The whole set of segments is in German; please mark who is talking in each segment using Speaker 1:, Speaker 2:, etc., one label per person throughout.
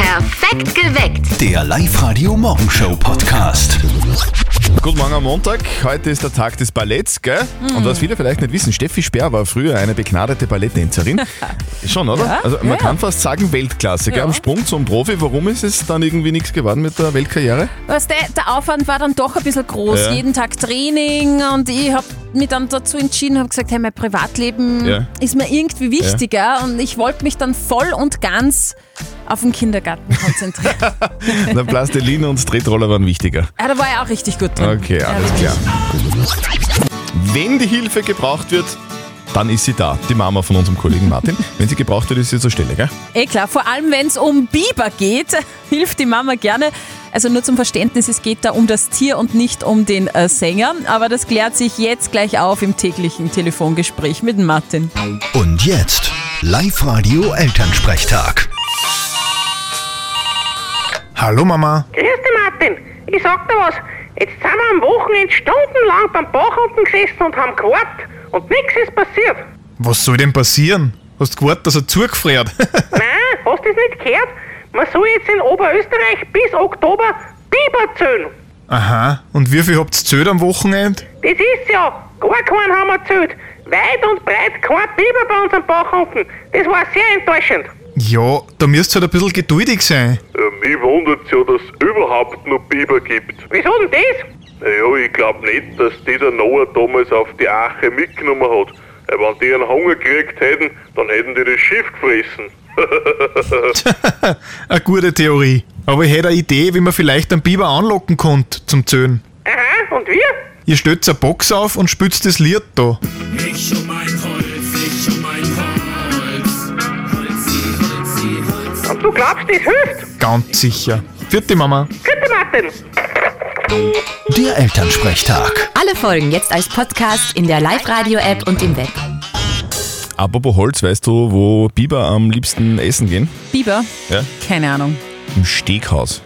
Speaker 1: Perfekt geweckt.
Speaker 2: Der Live-Radio Morgenshow Podcast.
Speaker 3: Guten Morgen am Montag. Heute ist der Tag des Balletts, gell? Und was viele vielleicht nicht wissen, Steffi Speer war früher eine begnadete Balletttänzerin. Schon, oder? also man kann fast sagen Weltklasse, gell? Am Sprung zum Profi. Warum ist es dann irgendwie nichts geworden mit der Weltkarriere?
Speaker 4: Weißt du, der Aufwand war dann doch ein bisschen groß.
Speaker 3: Ja.
Speaker 4: Jeden Tag Training und ich habe mich dann dazu entschieden, habe gesagt, hey, mein Privatleben
Speaker 3: Ja.
Speaker 4: ist mir irgendwie wichtiger und ich wollte mich dann voll und ganz auf den Kindergarten konzentrieren. ja,
Speaker 3: Na, Plastilin und Tretroller waren wichtiger.
Speaker 4: da war ich auch richtig gut drin.
Speaker 3: Okay,
Speaker 4: Ja,
Speaker 3: alles
Speaker 4: wirklich.
Speaker 3: klar. Wenn die Hilfe gebraucht wird, dann ist sie da, die Mama von unserem Kollegen Martin. Wenn sie gebraucht wird, ist sie zur Stelle, gell?
Speaker 4: Eh klar, vor allem wenn es um Biber geht, hilft die Mama gerne. Also nur zum Verständnis, es geht da um das Tier und nicht um den äh, Sänger. Aber das klärt sich jetzt gleich auf im täglichen Telefongespräch mit Martin.
Speaker 2: Und jetzt Live-Radio Elternsprechtag.
Speaker 5: Hallo Mama.
Speaker 6: Grüß dich, Martin. Ich sag dir was. Jetzt sind wir am Wochenende stundenlang beim Bach unten gesessen und haben gewartet. Und nichts ist passiert.
Speaker 5: Was soll denn passieren? Hast gewartet, dass er zugefriert?
Speaker 6: Nein, hast du das nicht gehört? Man soll jetzt in Oberösterreich bis Oktober Biber zählen.
Speaker 5: Aha. Und wie viel habt ihr zählt am Wochenende?
Speaker 6: Das ist ja, gar keinen haben wir gezählt. Weit und breit kein Biber bei uns am Bach unten. Das war sehr enttäuschend.
Speaker 5: Ja, da müsst ihr halt ein bisschen geduldig sein.
Speaker 7: Ähm, mich wundert's ja, dass es überhaupt noch Biber gibt.
Speaker 6: Wieso denn das?
Speaker 7: Naja, ich glaub nicht, dass die der Noah damals auf die Ache mitgenommen hat. Weil wenn die einen Hunger gekriegt hätten, dann hätten die das Schiff gefressen.
Speaker 5: Eine gute Theorie. Aber ich hätte eine Idee, wie man vielleicht einen Biber anlocken konnte zum Zählen.
Speaker 6: Aha, und wir?
Speaker 5: Ihr stellt eine Box auf und spützt das Lied da.
Speaker 8: Ich um mein Holz, ich um mein Holz. Holzi, Holzi, Holz.
Speaker 6: Und du glaubst, das hilft?
Speaker 5: Ganz sicher. Vierte Mama.
Speaker 6: Bitte, Martin.
Speaker 2: Der Elternsprechtag.
Speaker 1: Alle Folgen jetzt als Podcast in der Live-Radio-App und im Web.
Speaker 3: Apropos Holz, weißt du, wo Biber am liebsten essen gehen?
Speaker 4: Biber?
Speaker 3: Ja.
Speaker 4: Keine Ahnung.
Speaker 3: Im Steghaus.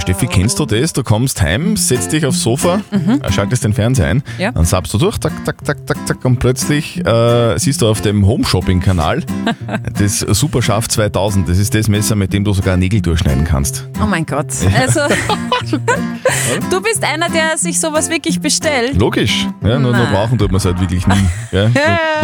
Speaker 3: Steffi, kennst du das? Du kommst heim, setzt dich aufs Sofa, äh, schaltest den Fernseher ein,
Speaker 4: Ja.
Speaker 3: dann sappst du durch, tak, tak, tak, tak, tak, und plötzlich äh, siehst du auf dem Home-Shopping-Kanal das Super Scharf 2000. Das ist das Messer, mit dem du sogar Nägel durchschneiden kannst.
Speaker 4: Oh mein Gott. Also, du bist einer, der sich sowas wirklich bestellt.
Speaker 3: Logisch. Ja, nur, nur
Speaker 4: Na.
Speaker 3: brauchen tut man es halt wirklich nie. Ja, noch-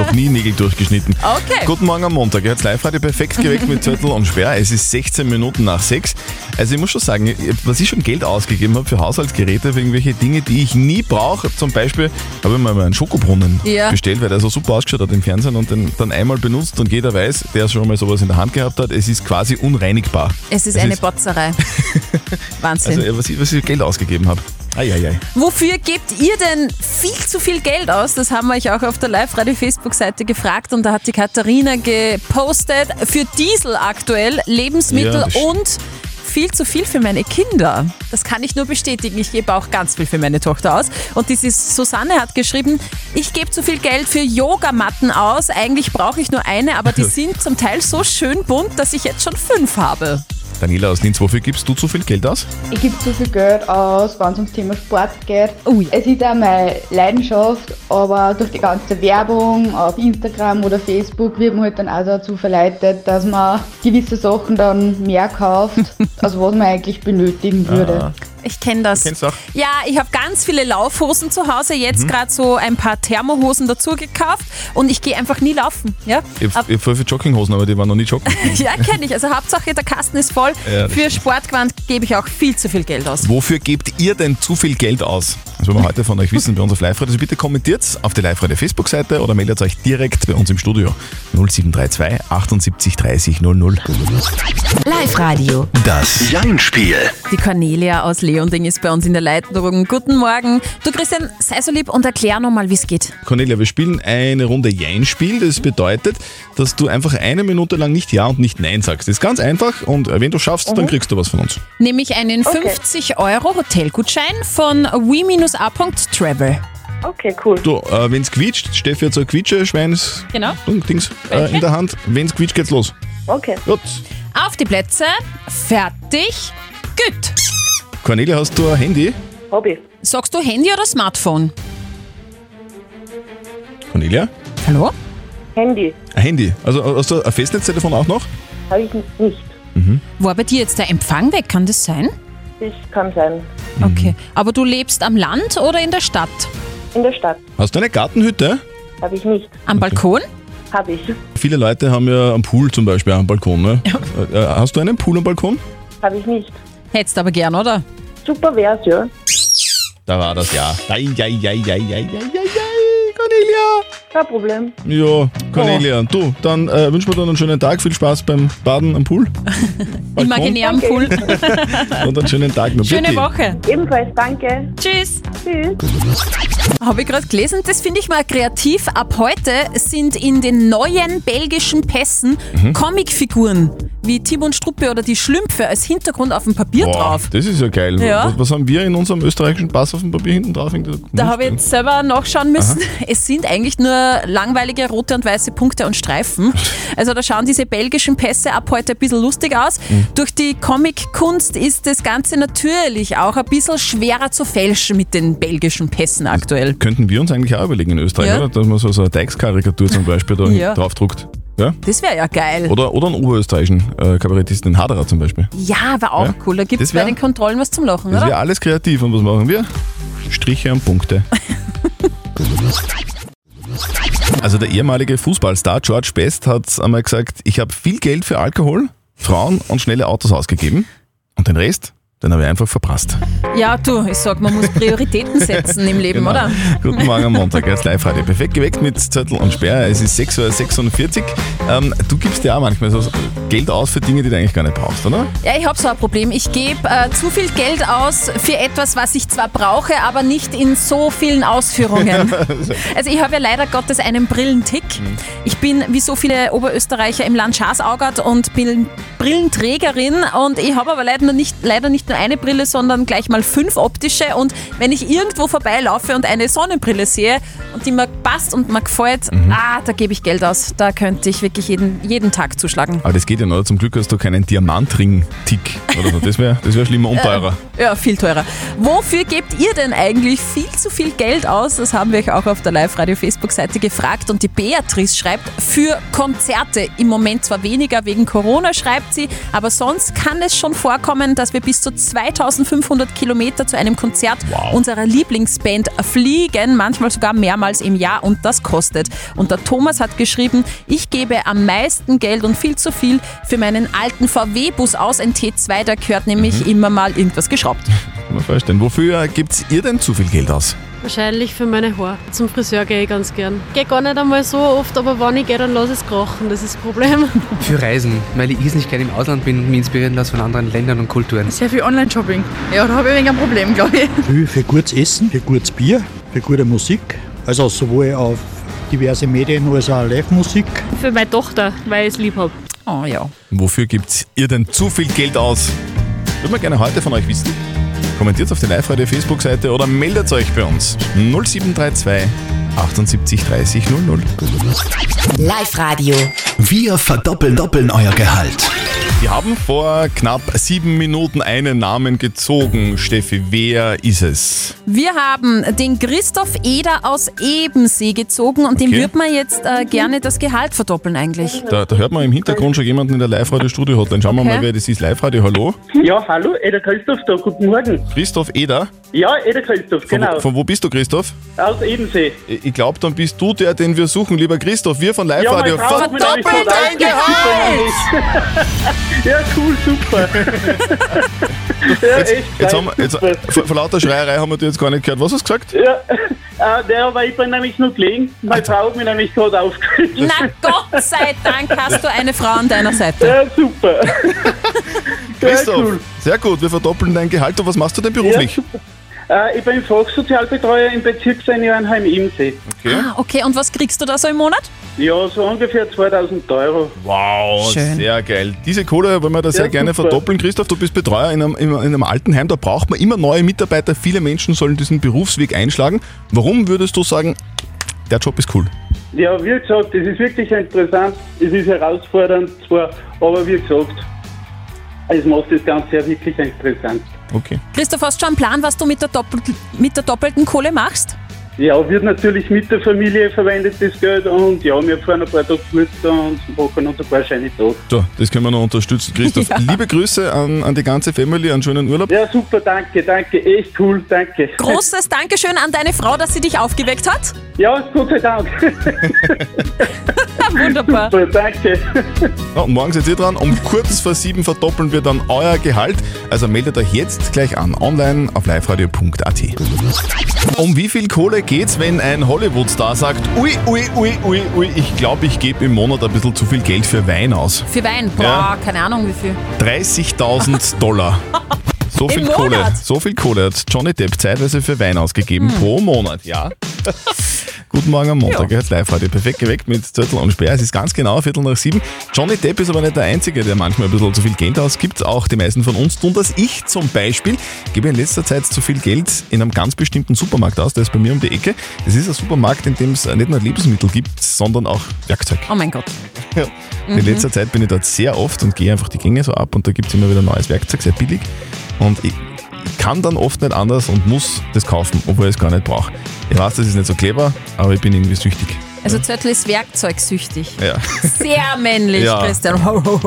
Speaker 3: noch nie Nägel durchgeschnitten.
Speaker 4: Okay.
Speaker 3: Guten Morgen am Montag. Ihr habt live heute perfekt geweckt mit Zettel und Sperr. Es ist 16 Minuten nach 6. Also ich muss schon sagen, was ich schon Geld ausgegeben habe für Haushaltsgeräte, für irgendwelche Dinge, die ich nie brauche. Zum Beispiel habe ich mir mal einen Schokobrunnen
Speaker 4: Ja.
Speaker 3: bestellt, weil der so super ausgeschaut hat im Fernsehen und den dann einmal benutzt und jeder weiß, der schon mal sowas in der Hand gehabt hat, es ist quasi unreinigbar.
Speaker 4: Es ist
Speaker 3: Es
Speaker 4: eine
Speaker 3: ist-
Speaker 4: Botzerei. Wahnsinn.
Speaker 3: Also äh, was ich, was ich Geld ausgegeben habe. Eieiei.
Speaker 4: Wofür gebt ihr denn viel zu viel Geld aus? Das haben wir euch auch auf der Live-Radio-Facebook-Seite gefragt und da hat die Katharina gepostet. Für Diesel aktuell,
Speaker 3: Ja,
Speaker 4: Lebensmittel
Speaker 3: das stimmt.
Speaker 4: und viel zu viel für meine Kinder. Das kann ich nur bestätigen. Ich gebe auch ganz viel für meine Tochter aus. Und diese Susanne hat geschrieben, ich gebe zu viel Geld für Yogamatten aus. Eigentlich brauche ich nur eine, aber die sind zum Teil so schön bunt, dass ich jetzt schon fünf habe.
Speaker 3: Daniela aus Linz, wofür gibst du zu viel Geld aus?
Speaker 9: Ich gebe zu viel Geld aus, wenn es ums Thema Sport geht.
Speaker 4: Oh ja.
Speaker 9: Es ist auch meine Leidenschaft, aber durch die ganze Werbung auf Instagram oder Facebook wird man halt dann auch dazu verleitet, dass man gewisse Sachen dann mehr kauft, als was man eigentlich benötigen würde.
Speaker 4: Ah. Ich kenne das.
Speaker 3: Du kennst Mhm. auch?
Speaker 4: Ja, ich habe ganz viele Laufhosen zu Hause, jetzt gerade so ein paar Thermohosen dazu gekauft und ich gehe einfach nie laufen. Ja,
Speaker 3: Ich habe
Speaker 4: Ab-
Speaker 3: hab voll viele Jogginghosen, aber die waren noch nie joggen.
Speaker 4: ja kenne ich. Also Hauptsache, der Kasten ist voll.
Speaker 3: Ja, das
Speaker 4: Für Sportgewand gebe ich auch viel zu viel Geld aus.
Speaker 3: Wofür gebt ihr denn zu viel Geld aus? Das wollen wir heute von euch wissen bei uns auf live -Radio. Also bitte kommentiert auf der live -Radio Facebook-Seite oder meldet euch direkt bei uns im Studio 0732 78 30 00.
Speaker 1: Live-Radio.
Speaker 2: Das Jein-Spiel.
Speaker 4: Die Cornelia aus Leonding ist bei uns in der Leitung. Guten Morgen. Du Christian, sei so lieb und erklär nochmal, wie es geht.
Speaker 3: Cornelia, wir spielen eine Runde Jein-Spiel. Das bedeutet, dass du einfach eine Minute lang nicht Ja und nicht Nein sagst. Das ist ganz einfach und äh, wenn du schaffst, dann kriegst du was von uns.
Speaker 4: Nämlich einen 50-Euro-Hotelgutschein von we-a.travel.
Speaker 6: Okay, cool.
Speaker 3: Du, äh, wenn's quietscht, Steffi hat so ein Quietscheschweins
Speaker 4: Genau.
Speaker 3: Dings äh, in der Hand. Wenn's quietscht, geht's los.
Speaker 6: Okay.
Speaker 3: Gut.
Speaker 4: Auf die Plätze. Fertig. Gut.
Speaker 3: Cornelia, hast du ein Handy?
Speaker 6: Hobby.
Speaker 4: Sagst du Handy oder Smartphone?
Speaker 3: Cornelia?
Speaker 4: Hallo?
Speaker 6: Handy.
Speaker 3: Ein Handy. Also hast du ein Festnetztelefon auch noch?
Speaker 10: habe ich nicht.
Speaker 4: War bei dir jetzt der Empfang weg? Kann das sein?
Speaker 10: Das kann sein.
Speaker 3: Mhm.
Speaker 4: Okay. Aber du lebst am Land oder in der Stadt?
Speaker 10: In der Stadt
Speaker 3: Hast du eine Gartenhütte?
Speaker 10: habe ich nicht.
Speaker 4: Am Balkon?
Speaker 10: Habe ich.
Speaker 3: Viele Leute haben ja einen Pool zum Beispiel am Balkon. Ne? Äh, äh, Hast du einen Pool am Balkon?
Speaker 10: Habe ich nicht.
Speaker 4: Hättest aber gern, oder?
Speaker 10: Super wär's, ja.
Speaker 3: Da war das ja. Ei, ei, ei, ei, ei, ei, ei, ei, Cornelia!
Speaker 10: Kein Problem.
Speaker 3: Ja, Cornelia.
Speaker 4: Oh.
Speaker 3: Du, dann äh, wünschen wir dir noch einen schönen Tag. Viel Spaß beim Baden am Pool. Balkon.
Speaker 4: Imaginär am Pool.
Speaker 3: Und einen schönen Tag noch.
Speaker 4: Schöne
Speaker 3: Bitte.
Speaker 4: Woche.
Speaker 10: Ebenfalls danke.
Speaker 4: Tschüss.
Speaker 10: Tschüss.
Speaker 4: Habe ich gerade gelesen, das finde ich mal kreativ. Ab heute sind in den neuen belgischen Pässen
Speaker 3: Mhm.
Speaker 4: Comicfiguren wie Tim und Struppe oder die Schlümpfe als Hintergrund auf dem Papier
Speaker 3: Boah,
Speaker 4: drauf.
Speaker 3: das ist ja geil.
Speaker 4: Ja.
Speaker 3: Was, was haben wir in unserem österreichischen Pass auf dem Papier hinten drauf?
Speaker 4: Da habe ich jetzt selber nachschauen müssen. Es sind eigentlich nur langweilige rote und weiße Punkte und Streifen. Also da schauen diese belgischen Pässe ab heute ein bisschen lustig aus.
Speaker 3: Mhm.
Speaker 4: Durch die Comic-Kunst ist das Ganze natürlich auch ein bisschen schwerer zu fälschen mit den belgischen Pässen aktuell.
Speaker 3: Könnten wir uns eigentlich auch überlegen in Österreich,
Speaker 4: Ja.
Speaker 3: oder? Dass man so, so eine Deichskarikatur zum Beispiel da
Speaker 4: Ja.
Speaker 3: draufdruckt. Ja?
Speaker 4: Das wäre ja geil.
Speaker 3: Oder, oder einen oberösterreichischen äh, Kabarettisten, den Haderer zum Beispiel.
Speaker 4: Ja, war auch
Speaker 3: Ja,
Speaker 4: cool. Da gibt es
Speaker 3: das wär-
Speaker 4: bei den Kontrollen was zum Lachen,
Speaker 3: Das
Speaker 4: oder?
Speaker 3: wäre alles kreativ. Und was machen wir? Striche und Punkte. Also der ehemalige Fußballstar George Best hat einmal gesagt, ich habe viel Geld für Alkohol, Frauen und schnelle Autos ausgegeben und den Rest, den habe ich einfach verprasst.
Speaker 4: Ja, du, ich sag, man muss Prioritäten setzen im Leben, oder?
Speaker 3: Genau. Guten Morgen am Montag, als Live-Radio. Perfekt geweckt mit Zettel und Sperr. Es ist 6.46 Uhr. Ähm, du gibst ja auch manchmal so Geld aus für Dinge, die du eigentlich gar nicht brauchst, oder?
Speaker 4: Ja, ich habe so ein Problem. Ich gebe äh, zu viel Geld aus für etwas, was ich zwar brauche, aber nicht in so vielen Ausführungen. also ich habe ja leider Gottes einen Brillentick. Ich bin wie so viele Oberösterreicher im Land Schaßaugert und bin Brillenträgerin und ich habe aber leider nicht, leider nicht nur eine Brille, sondern gleich mal fünf optische und wenn ich irgendwo vorbeilaufe und eine Sonnenbrille sehe und die mir passt und mir gefällt, ah, da gebe ich Geld aus. Da könnte ich wirklich jeden, jeden Tag zuschlagen.
Speaker 3: Aber das geht ja noch. Zum Glück hast du keinen Diamantring-Tick oder so. Das wäre das wär schlimmer und teurer.
Speaker 4: Ja, viel teurer. Wofür gebt ihr denn eigentlich viel zu viel Geld aus? Das haben wir euch auch auf der Live-Radio-Facebook-Seite gefragt. Und die Beatrice schreibt, für Konzerte. Im Moment zwar weniger wegen Corona, schreibt sie, aber sonst kann es schon vorkommen, dass wir bis zu 2500 Kilometer zu einem Konzert unserer Lieblingsband fliegen, manchmal sogar mehrmals im Jahr und das kostet. Und der Thomas hat geschrieben, ich gebe am meisten Geld und viel zu viel für meinen alten VW-Bus aus, ein T2, da gehört nämlich immer mal irgendwas geschraubt.
Speaker 3: Kann man vorstellen. Wofür gibt ihr denn zu viel Geld aus?
Speaker 11: Wahrscheinlich für meine Haare. Zum Friseur gehe ich ganz gern. Gehe gar nicht einmal so oft, aber wenn ich gehe, dann lasse ich es krochen. Das ist das Problem.
Speaker 12: Für Reisen, weil ich irrsinnig gerne im Ausland bin und mich inspirieren lasse von anderen Ländern und Kulturen.
Speaker 13: Sehr viel Online-Shopping. Ja, da habe ich ein wenig ein Problem, glaube ich.
Speaker 14: Viel für gutes Essen, für gutes Bier, für gute Musik. Also sowohl auf diverse Medien als auch Live-Musik.
Speaker 11: Für meine Tochter, weil ich es lieb habe.
Speaker 4: Oh ja.
Speaker 3: Wofür gibt ihr denn zu viel Geld aus? Würde man gerne heute von euch wissen. Kommentiert auf der Live-Radio Facebook-Seite oder meldet euch bei uns. 0732 78 30 00.
Speaker 1: Live-Radio.
Speaker 2: Wir verdoppeln doppeln euer Gehalt.
Speaker 3: Wir haben vor knapp sieben Minuten einen Namen gezogen. Steffi, wer ist es?
Speaker 4: Wir haben den Christoph Eder aus Ebensee gezogen und dem
Speaker 3: Okay.
Speaker 4: würde man jetzt äh, gerne das Gehalt verdoppeln eigentlich.
Speaker 3: Da, da hört man im Hintergrund schon jemanden in der Live-Radio-Studio hat. Dann schauen wir
Speaker 4: Okay.
Speaker 3: mal, wer das ist. Live-Radio, hallo.
Speaker 15: Ja, hallo, Eder Christoph da, guten Morgen.
Speaker 3: Christoph Eder.
Speaker 15: Ja, Eder Christoph,
Speaker 3: Von,
Speaker 15: genau.
Speaker 3: wo, von wo bist du, Christoph?
Speaker 15: Aus Ebensee.
Speaker 3: Ich glaube, dann bist du der, den wir suchen, lieber Christoph. Wir von Live
Speaker 15: ja,
Speaker 3: Radio.
Speaker 15: meine Frau hat mich nämlich
Speaker 3: Verdoppelt dein
Speaker 15: gerade
Speaker 3: Gehalt!
Speaker 15: angerufen. ja, cool, super. ja, echt.
Speaker 3: Jetzt haben wir, jetzt, vor, vor lauter Schreierei haben wir dir jetzt gar nicht gehört. Was hast du gesagt?
Speaker 15: Ja, äh, der, aber ich bin nämlich nur gelegen. Meine Frau hat mich nämlich gerade aufgeregt.
Speaker 4: Na Gott sei Dank hast du eine Frau an deiner Seite.
Speaker 15: Ja, super.
Speaker 3: Christoph, sehr gut. Wir verdoppeln dein Gehalt. Und was machst du denn beruflich?
Speaker 15: Äh, ich bin Volkssozialbetreuer im Bezirk Seniorenheim Ebensee.
Speaker 3: Okay.
Speaker 4: Ah, okay, und was kriegst du da so im Monat?
Speaker 15: Ja, so ungefähr 2000 Euro.
Speaker 3: Wow,
Speaker 15: Schön.
Speaker 3: sehr geil. Diese Kohle wollen wir da sehr
Speaker 15: Ja,
Speaker 3: gerne
Speaker 15: super.
Speaker 3: verdoppeln. Christoph, du bist Betreuer in einem, in einem Altenheim. Da braucht man immer neue Mitarbeiter. Viele Menschen sollen diesen Berufsweg einschlagen. Warum würdest du sagen, der Job ist cool?
Speaker 15: Ja, wie gesagt, es ist wirklich interessant, es ist herausfordernd zwar, aber wie gesagt, es macht das Ganze ja wirklich interessant.
Speaker 3: Okay.
Speaker 4: Christoph, hast du schon einen Plan, was du mit der, Doppel mit der doppelten Kohle machst?
Speaker 15: Ja, wird natürlich mit der Familie verwendet, das Geld. Und ja, wir fahren ein paar Tage Flüster und machen uns ein paar Scheine da.
Speaker 3: So, das können wir noch unterstützen. Christoph,
Speaker 15: Ja.
Speaker 3: liebe Grüße an, an die ganze Family, einen schönen Urlaub.
Speaker 15: Ja, super, danke, danke. Echt cool, danke.
Speaker 4: Großes Dankeschön an deine Frau, dass sie dich aufgeweckt hat.
Speaker 15: Ja, Gott sei Dank.
Speaker 4: Wunderbar.
Speaker 15: Super, danke.
Speaker 3: Ja, und morgen seid ihr dran. Um kurz vor sieben verdoppeln wir dann euer Gehalt. Also meldet euch jetzt gleich an, online auf liveradio.at. Um wie viel Kohle geht's, wenn ein Hollywood-Star sagt, ui, ui, ui, ui, ui, ich glaube, ich gebe im Monat ein bisschen zu viel Geld für Wein aus.
Speaker 4: Für Wein, boah,
Speaker 3: Ja.
Speaker 4: keine Ahnung wie viel.
Speaker 3: 30.000 Dollar. So
Speaker 4: Im
Speaker 3: viel
Speaker 4: Monat? Hm.
Speaker 3: Kohle, so viel Kohle hat Johnny Depp zeitweise für Wein ausgegeben pro Monat, ja. Guten Morgen am Montag, ja. live heute perfekt geweckt mit Zettel und Sperr. Es ist ganz genau Viertel nach sieben. Johnny Depp ist aber nicht der Einzige, der manchmal ein bisschen zu viel Geld ausgibt. Auch die meisten von uns tun das. Ich zum Beispiel gebe in letzter Zeit zu viel Geld in einem ganz bestimmten Supermarkt aus. Der ist bei mir um die Ecke. Es ist ein Supermarkt, in dem es nicht nur Lebensmittel gibt, sondern auch Werkzeug.
Speaker 4: Oh mein Gott.
Speaker 3: Ja.
Speaker 4: Mhm.
Speaker 3: In letzter Zeit bin ich dort sehr oft und gehe einfach die Gänge so ab und da gibt es immer wieder neues Werkzeug, sehr billig. Und ich ich kann dann oft nicht anders und muss das kaufen, obwohl ich es gar nicht brauche. Ich weiß, das ist nicht so clever, aber ich bin irgendwie süchtig.
Speaker 4: Also Zörtl ist werkzeugsüchtig.
Speaker 3: Ja.
Speaker 4: Sehr männlich,
Speaker 3: Ja.
Speaker 4: Christian.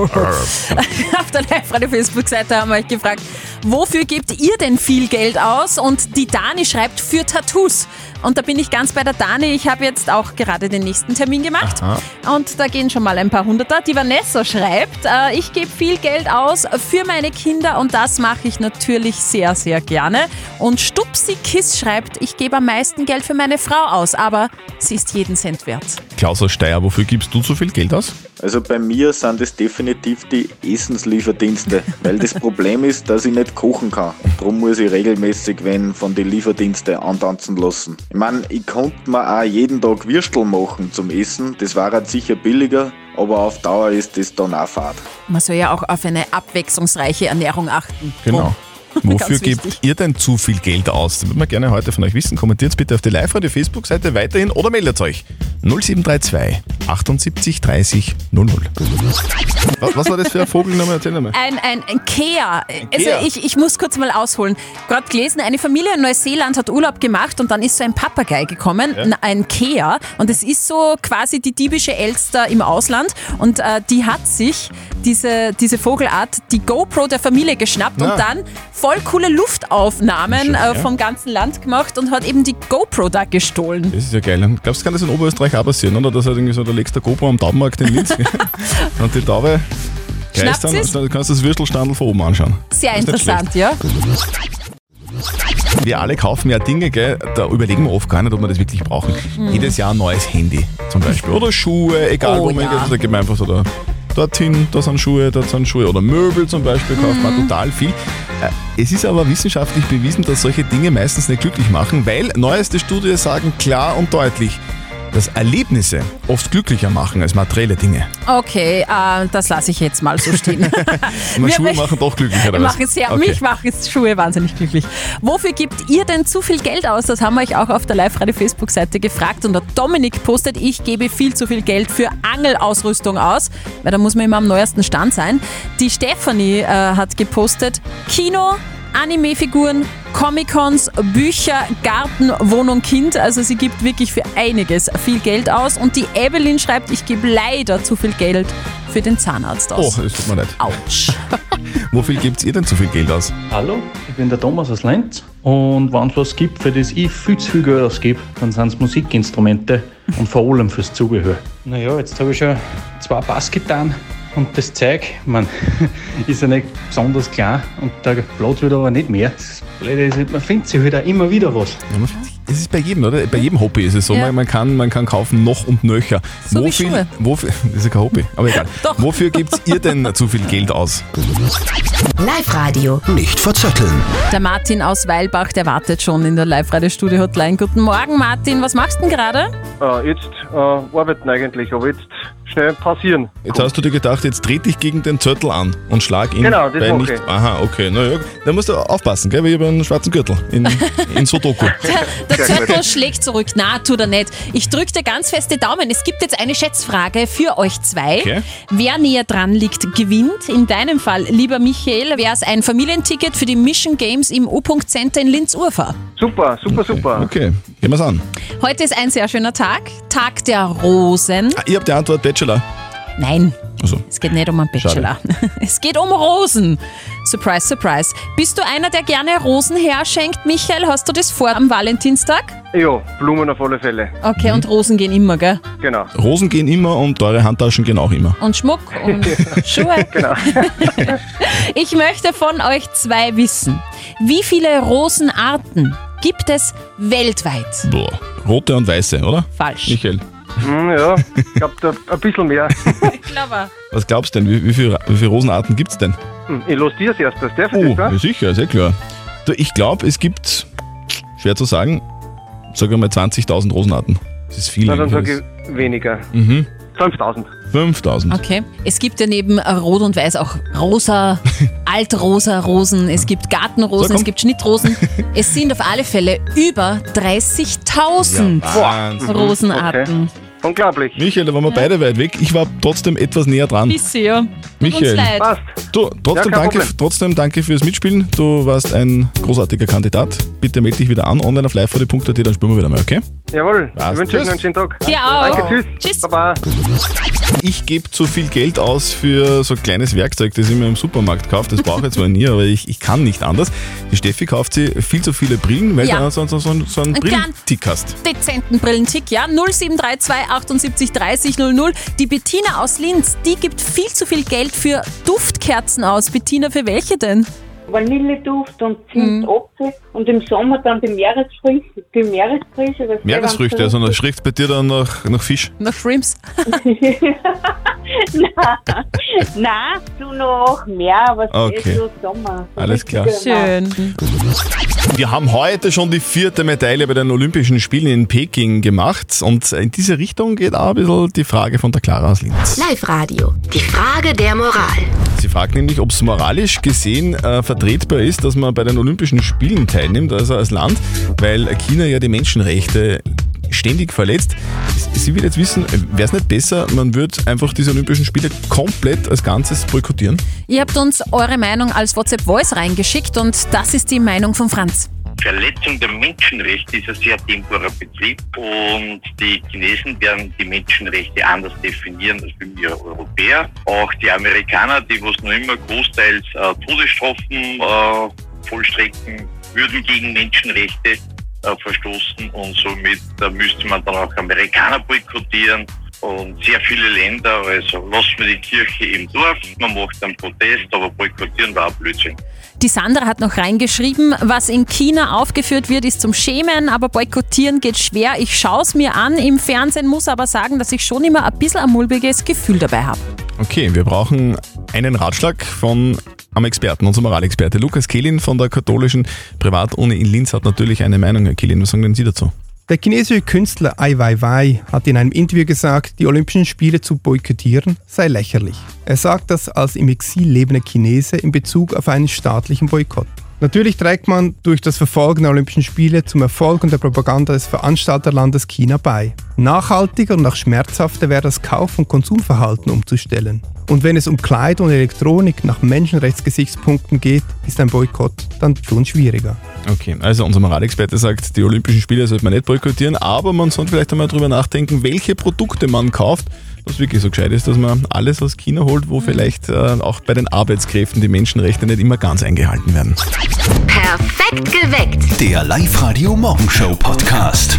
Speaker 4: Auf der Live-Radio-Facebook-Seite haben wir euch gefragt, wofür gebt ihr denn viel Geld aus? Und die Dani schreibt für Tattoos. Und da bin ich ganz bei der Dani. Ich habe jetzt auch gerade den nächsten Termin gemacht.
Speaker 8: Aha.
Speaker 4: Und da gehen schon mal ein paar Hunderter. Die Vanessa schreibt, äh, ich gebe viel Geld aus für meine Kinder und das mache ich natürlich sehr, sehr gerne. Und Stupsi Kiss schreibt, ich gebe am meisten Geld für meine Frau aus, aber sie ist jeden Cent wert.
Speaker 3: Klaus aus Steyr, wofür gibst du so viel Geld aus?
Speaker 16: Also bei mir sind es definitiv die Essenslieferdienste, weil das Problem ist, dass ich nicht kochen kann. Drum muss ich regelmäßig wenn von den Lieferdiensten antanzen lassen. Ich meine, ich konnte mir auch jeden Tag Würstel machen zum Essen, das war halt sicher billiger, aber auf Dauer ist das dann auch fad.
Speaker 4: Man soll ja auch auf eine abwechslungsreiche Ernährung achten.
Speaker 3: Genau. Wofür
Speaker 4: Oh. Ganz wichtig.
Speaker 3: gebt ihr denn zu viel Geld aus? Das würde man gerne heute von euch wissen. Kommentiert bitte auf die Live-Radio Facebook-Seite weiterhin oder meldet euch 0732 78 30 00. Was, was war das für ein Vogelname? Erzähl nochmal.
Speaker 4: Ein, ein, ein Kea. Also
Speaker 3: Kea.
Speaker 4: ich, ich muss kurz mal ausholen. Gerade gelesen, eine Familie in Neuseeland hat Urlaub gemacht und dann ist so ein Papagei gekommen,
Speaker 1: Ja.
Speaker 4: n- ein Kea. Und es ist so quasi die diebische Elster im Ausland. Und äh, die hat sich, diese, diese Vogelart, die GoPro der Familie geschnappt
Speaker 1: Ja.
Speaker 4: und dann voll coole Luftaufnahmen
Speaker 3: Schön,
Speaker 4: äh,
Speaker 3: ja.
Speaker 4: vom ganzen Land gemacht und hat eben die GoPro da gestohlen.
Speaker 3: Das ist ja geil. Und glaubst du, kann das in Oberösterreich auch passieren, oder? Dass halt irgendwie so, da legst du GoPro am Taubenmarkt in Linz und die Taube
Speaker 4: Schnappt
Speaker 3: kreist dann
Speaker 4: sie's?
Speaker 3: und dann kannst du das Würstelstandl von oben anschauen.
Speaker 4: Sehr
Speaker 3: Ist nicht
Speaker 4: interessant, ja.
Speaker 3: Wir alle kaufen ja Dinge, gell? da überlegen wir oft gar nicht, ob wir das wirklich brauchen.
Speaker 4: Mhm.
Speaker 3: Jedes Jahr ein neues Handy zum Beispiel. Oder Schuhe, egal
Speaker 4: Oh,
Speaker 3: wo man
Speaker 4: ja.
Speaker 3: geht, also da geht man einfach so da, dorthin, da sind Schuhe, dort sind Schuhe. Oder Möbel zum Beispiel kauft man
Speaker 4: Mhm.
Speaker 3: total viel. Äh, Es ist aber wissenschaftlich bewiesen, dass solche Dinge meistens nicht glücklich machen, weil neueste Studien sagen klar und deutlich, dass Erlebnisse oft glücklicher machen als materielle Dinge.
Speaker 4: Okay, äh, das lasse ich jetzt mal so stehen.
Speaker 3: Meine
Speaker 4: Wir
Speaker 3: Schuhe
Speaker 4: möchten-
Speaker 3: machen doch glücklicher, oder was?
Speaker 4: Machen sehr,
Speaker 3: Okay.
Speaker 4: Mich machen Schuhe wahnsinnig glücklich. Wofür gibt ihr denn zu viel Geld aus? Das haben wir euch auch auf der Live-Radio-Facebook-Seite gefragt. Und der Dominik postet, ich gebe viel zu viel Geld für Angelausrüstung aus, weil da muss man immer am neuesten Stand sein. Die Stefanie äh, hat gepostet, Kino, Anime-Figuren, Comic-Cons, Bücher, Garten, Wohnung, Kind. Also sie gibt wirklich für einiges viel Geld aus. Und die Evelyn schreibt, ich gebe leider zu viel Geld für den Zahnarzt
Speaker 3: Oh,
Speaker 4: aus.
Speaker 3: das tut mir leid.
Speaker 4: Autsch.
Speaker 3: Wofür gebt ihr denn zu viel Geld aus?
Speaker 17: Hallo, ich bin der Thomas aus Lenz und wenn es was gibt, für das ich viel zu viel Geld ausgebe, dann sind es Musikinstrumente und vor allem fürs Zubehör. Naja, jetzt habe ich schon zwei Bassgitarren und das Zeug, man ist ja nicht besonders klein und da bleibt wieder aber nicht mehr. Das Blöde ist, man findet sich wieder immer wieder was.
Speaker 3: Ja, man findet- Es ist bei jedem, oder? Bei jedem Hobby ist es so. Man, man, kann, man kann kaufen noch und nöcher.
Speaker 4: So wie Schuhe.
Speaker 3: wofür, das ist ja kein Hobby, aber egal. Wofür gebt ihr denn zu viel Geld aus?
Speaker 1: Live-Radio.
Speaker 2: Nicht verzetteln.
Speaker 4: Der Martin aus Weilbach, der wartet schon in der Live-Radio-Studio-Hotline. Guten Morgen, Martin. Was machst du denn gerade?
Speaker 18: Äh, jetzt äh, arbeiten eigentlich, aber jetzt schnell passieren.
Speaker 3: Jetzt hast du dir gedacht, jetzt trete dich gegen den Zörtel an und schlag ihn
Speaker 18: Genau, das
Speaker 3: bei
Speaker 18: mache
Speaker 3: nicht. Aha, okay. Na ja, da musst du aufpassen, gell? Wie über einen schwarzen Gürtel in, in Sudoku.
Speaker 4: Der
Speaker 3: Sehr gut.
Speaker 4: Zirkel schlägt zurück. Na, tut er nicht. Ich drücke dir ganz fest die Daumen. Es gibt jetzt eine Schätzfrage für euch zwei.
Speaker 1: Okay.
Speaker 4: Wer näher dran liegt, gewinnt. In deinem Fall, lieber Michael, wäre es ein Familienticket für die Mission Games im U-Punkt Center in Linz-Urfahr.
Speaker 18: Super, super, super.
Speaker 3: Okay, Gehen wir's an.
Speaker 4: Heute ist ein sehr schöner Tag, Tag der Rosen.
Speaker 3: Ah, Ich habe die Antwort Bachelor.
Speaker 4: Nein.
Speaker 3: Also.
Speaker 4: Es geht nicht um einen Bachelor. Es geht um Rosen. Surprise, surprise. Bist du einer, der gerne Rosen herschenkt, Michael? Hast du das vor am Valentinstag?
Speaker 18: Ja, Blumen auf alle Fälle.
Speaker 4: Okay, und Rosen gehen immer, gell?
Speaker 18: Genau.
Speaker 3: Rosen gehen immer und teure Handtaschen gehen auch immer.
Speaker 4: Und Schmuck und Schuhe.
Speaker 18: Genau.
Speaker 4: Ich möchte von euch zwei wissen, wie viele Rosenarten gibt es weltweit?
Speaker 3: Boah. Rote und weiße, oder?
Speaker 4: Falsch.
Speaker 3: Michael,
Speaker 18: Hm, ja, ich glaube, da ein bisschen mehr.
Speaker 4: Clever.
Speaker 3: was glaubst du denn? Wie, wie, viele, wie viele Rosenarten gibt's denn?
Speaker 18: Hm, Ich los dir als erstes, darf ich
Speaker 3: Oh,
Speaker 18: das?
Speaker 3: ja, sicher, sehr klar. Du, ich glaube, es gibt, schwer zu sagen, sagen wir mal 20.000 Rosenarten. Das ist viel.
Speaker 18: Na, dann
Speaker 3: ich weiß.
Speaker 18: sage ich weniger.
Speaker 3: Mhm.
Speaker 18: 5000.
Speaker 3: 5000.
Speaker 4: Okay. Es gibt ja neben Rot und Weiß auch rosa, altrosa Rosen, es gibt
Speaker 3: So,
Speaker 4: Gartenrosen,
Speaker 3: komm.
Speaker 4: es gibt Schnittrosen. Es sind auf alle Fälle über 30.000
Speaker 3: Wahnsinn.
Speaker 18: Mhm.
Speaker 4: Rosenarten.
Speaker 18: Unglaublich.
Speaker 3: Michael, da waren wir beide weit weg. Ich war trotzdem etwas näher dran.
Speaker 4: Bisher. Tut uns
Speaker 3: Michael.
Speaker 4: leid.
Speaker 3: Du, trotzdem,
Speaker 4: Ja, kein
Speaker 3: danke,
Speaker 4: Problem.
Speaker 3: trotzdem danke fürs Mitspielen. Du warst ein großartiger Kandidat. Bitte melde dich wieder an, online auf liveradio.at, dann spielen wir wieder mal, okay?
Speaker 18: Jawohl,
Speaker 3: Passt.
Speaker 18: ich wünsche euch
Speaker 3: Tschüss.
Speaker 18: einen schönen Tag.
Speaker 4: Dir auch.
Speaker 18: Danke, tschüss. tschüss. Baba.
Speaker 3: Ich gebe zu viel Geld aus für so ein kleines Werkzeug, das ich mir im Supermarkt kaufe. Das brauche ich zwar nie, aber ich, ich kann nicht anders. Die Steffi kauft sie viel zu viele Brillen, weil
Speaker 4: Ja.
Speaker 3: du so, so, so, so einen
Speaker 4: Ein kleinen-
Speaker 3: Brillentick hast.
Speaker 4: dezenten Brillentick, ja. 0732 78 30 00. Die Bettina aus Linz, die gibt viel zu viel Geld für Duftkerzen aus. Bettina, für welche denn?
Speaker 10: Vanilleduft und
Speaker 3: Mhm.
Speaker 10: Zimtapfel und im Sommer dann die Meeresfrüchte. Die Meeresfrüchte. weißt du,
Speaker 3: Meeresfrüchte,
Speaker 10: wenn
Speaker 3: also
Speaker 10: du-
Speaker 3: da schreckt bei dir dann nach, nach Fisch.
Speaker 4: Nach Shrimps?
Speaker 10: Nein, Nein, du noch mehr, was
Speaker 3: Ah, Okay.
Speaker 10: ist so Sommer. So
Speaker 3: Alles klar.
Speaker 10: richtiger Mann.
Speaker 3: Wir haben heute schon die vierte Medaille bei den Olympischen Spielen in Peking gemacht und in diese Richtung geht auch ein bisschen die Frage von der Clara aus Linz.
Speaker 1: Live Radio. Die Frage der Moral.
Speaker 3: Sie fragt nämlich, ob es moralisch gesehen äh, vertretbar ist, dass man bei den Olympischen Spielen teilnimmt, also als Land, weil China ja die Menschenrechte ständig verletzt. Sie will jetzt wissen, wäre es nicht besser, man würde einfach diese Olympischen Spiele komplett als Ganzes boykottieren?
Speaker 4: Ihr habt uns eure Meinung als WhatsApp-Voice reingeschickt und das ist die Meinung von Franz.
Speaker 19: Verletzung der Menschenrechte ist ein sehr temporer Betrieb und die Chinesen werden die Menschenrechte anders definieren als wir Europäer. Auch die Amerikaner, die was noch immer großteils äh, Todesstrafen äh, vollstrecken, würden gegen Menschenrechte äh, verstoßen und somit äh, müsste man dann auch Amerikaner boykottieren. Und sehr viele Länder, also lassen wir die Kirche im Dorf, man macht einen Protest, aber boykottieren war ein Blödsinn.
Speaker 4: Die Sandra hat noch reingeschrieben, was in China aufgeführt wird, ist zum Schämen, aber boykottieren geht schwer. Ich schaue es mir an im Fernsehen, muss aber sagen, dass ich schon immer ein bisschen ein mulmiges Gefühl dabei habe.
Speaker 3: Okay, wir brauchen einen Ratschlag von am Experten, unserem Moralexperte. Lukas Kehlin von der katholischen Privatuni in Linz hat natürlich eine Meinung. Herr Kehlin, was sagen denn Sie dazu?
Speaker 20: Der chinesische Künstler Ai Weiwei hat in einem Interview gesagt, die Olympischen Spiele zu boykottieren sei lächerlich. Er sagt das als im Exil lebender Chinese in Bezug auf einen staatlichen Boykott. Natürlich trägt man durch das Verfolgen der Olympischen Spiele zum Erfolg und der Propaganda des Veranstalterlandes China bei. Nachhaltiger und auch schmerzhafter wäre das Kauf- und Konsumverhalten umzustellen. Und wenn es um Kleid und Elektronik nach Menschenrechtsgesichtspunkten geht, ist ein Boykott dann schon schwieriger.
Speaker 3: Okay, also unser Moralexperte sagt, die Olympischen Spiele sollte man nicht boykottieren, aber man sollte vielleicht einmal drüber nachdenken, welche Produkte man kauft, was wirklich so gescheit ist, dass man alles aus China holt, wo vielleicht äh, auch bei den Arbeitskräften die Menschenrechte nicht immer ganz eingehalten werden.
Speaker 1: Perfekt geweckt.
Speaker 2: Der Live-Radio Morgenshow Podcast.